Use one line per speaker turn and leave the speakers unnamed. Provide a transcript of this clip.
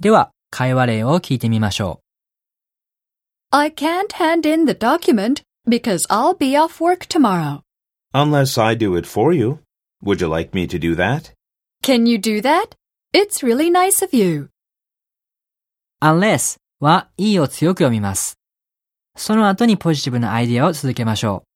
では、会話例を聞いてみましょ
I can't hand in the document because I'll be off work tomorrow.
Unless I do it for you. Would you like me to do that?
Can you do that? It's really nice of you.
う。unless は e を強く読みます。その後にポジティブなアイディアを続けましょう。